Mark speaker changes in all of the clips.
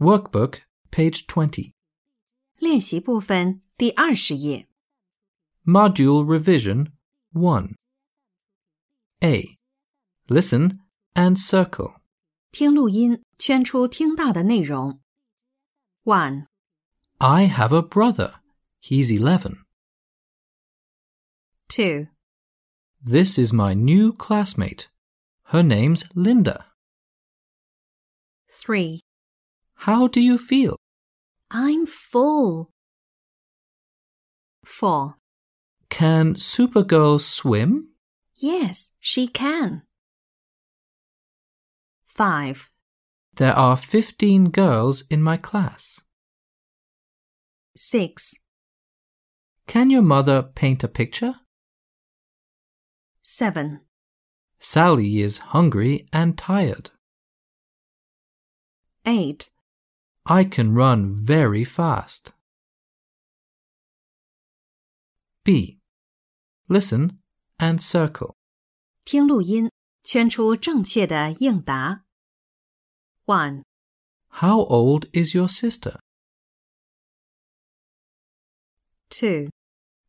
Speaker 1: Workbook, page 20.
Speaker 2: 练习部分第二十页
Speaker 1: Module Revision 1. A. Listen and circle.
Speaker 2: 听录音，圈出听到的内容。One,
Speaker 1: I have a brother. He's 11.
Speaker 2: two,
Speaker 1: This is my new classmate. Her name's Linda.
Speaker 2: three.
Speaker 1: How do you feel?
Speaker 2: I'm full. Four.
Speaker 1: Can Supergirl swim?
Speaker 2: Yes, she can. Five,
Speaker 1: There are 15 girls in my class.
Speaker 2: six,
Speaker 1: Can your mother paint a picture?
Speaker 2: seven,
Speaker 1: Sally is hungry and tired.
Speaker 2: eight,
Speaker 1: I can run very fast. B. Listen and circle.
Speaker 2: 听录音，圈出正确的应答。One,
Speaker 1: How old is your sister?
Speaker 2: two,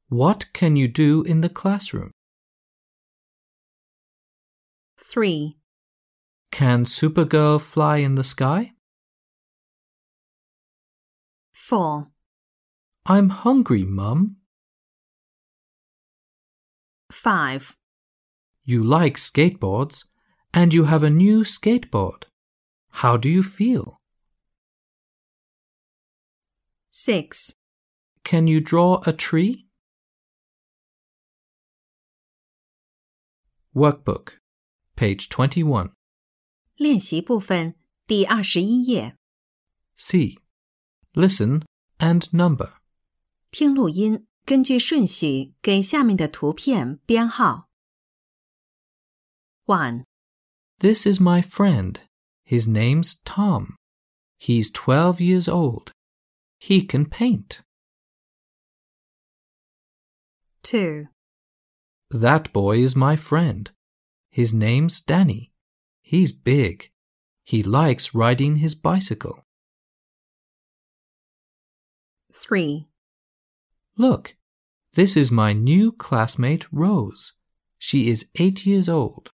Speaker 1: What can you do in the classroom?
Speaker 2: three,
Speaker 1: Can Supergirl fly in the sky?
Speaker 2: four,
Speaker 1: I'm hungry, Mum.
Speaker 2: five,
Speaker 1: You like skateboards, and you have a new skateboard. How do you feel?
Speaker 2: six,
Speaker 1: Can you draw a tree? Workbook, page 21.
Speaker 2: 练习部分第二十一页，
Speaker 1: C. Listen and number.
Speaker 2: 听录音，根据顺序给下面的图片编号。One,
Speaker 1: This is my friend. His name's Tom. He's 12 years old. He can paint.
Speaker 2: two,
Speaker 1: That boy is my friend. His name's Danny. He's big. He likes riding his bicycle.
Speaker 2: three,
Speaker 1: Look, this is my new classmate Rose. She is eight years old.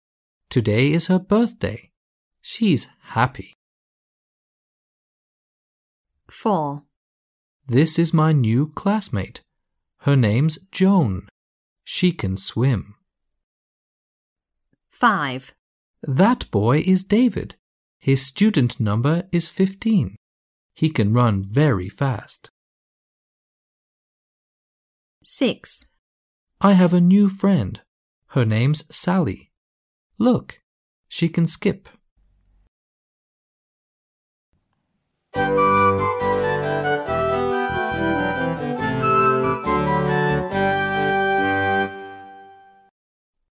Speaker 1: Today is her birthday. She's happy.
Speaker 2: four,
Speaker 1: This is my new classmate. Her name's Joan. She can swim.
Speaker 2: five,
Speaker 1: That boy is David. His student number is 15. He can run very fast.
Speaker 2: six,
Speaker 1: I have a new friend. Her name's Sally. Look, she can skip.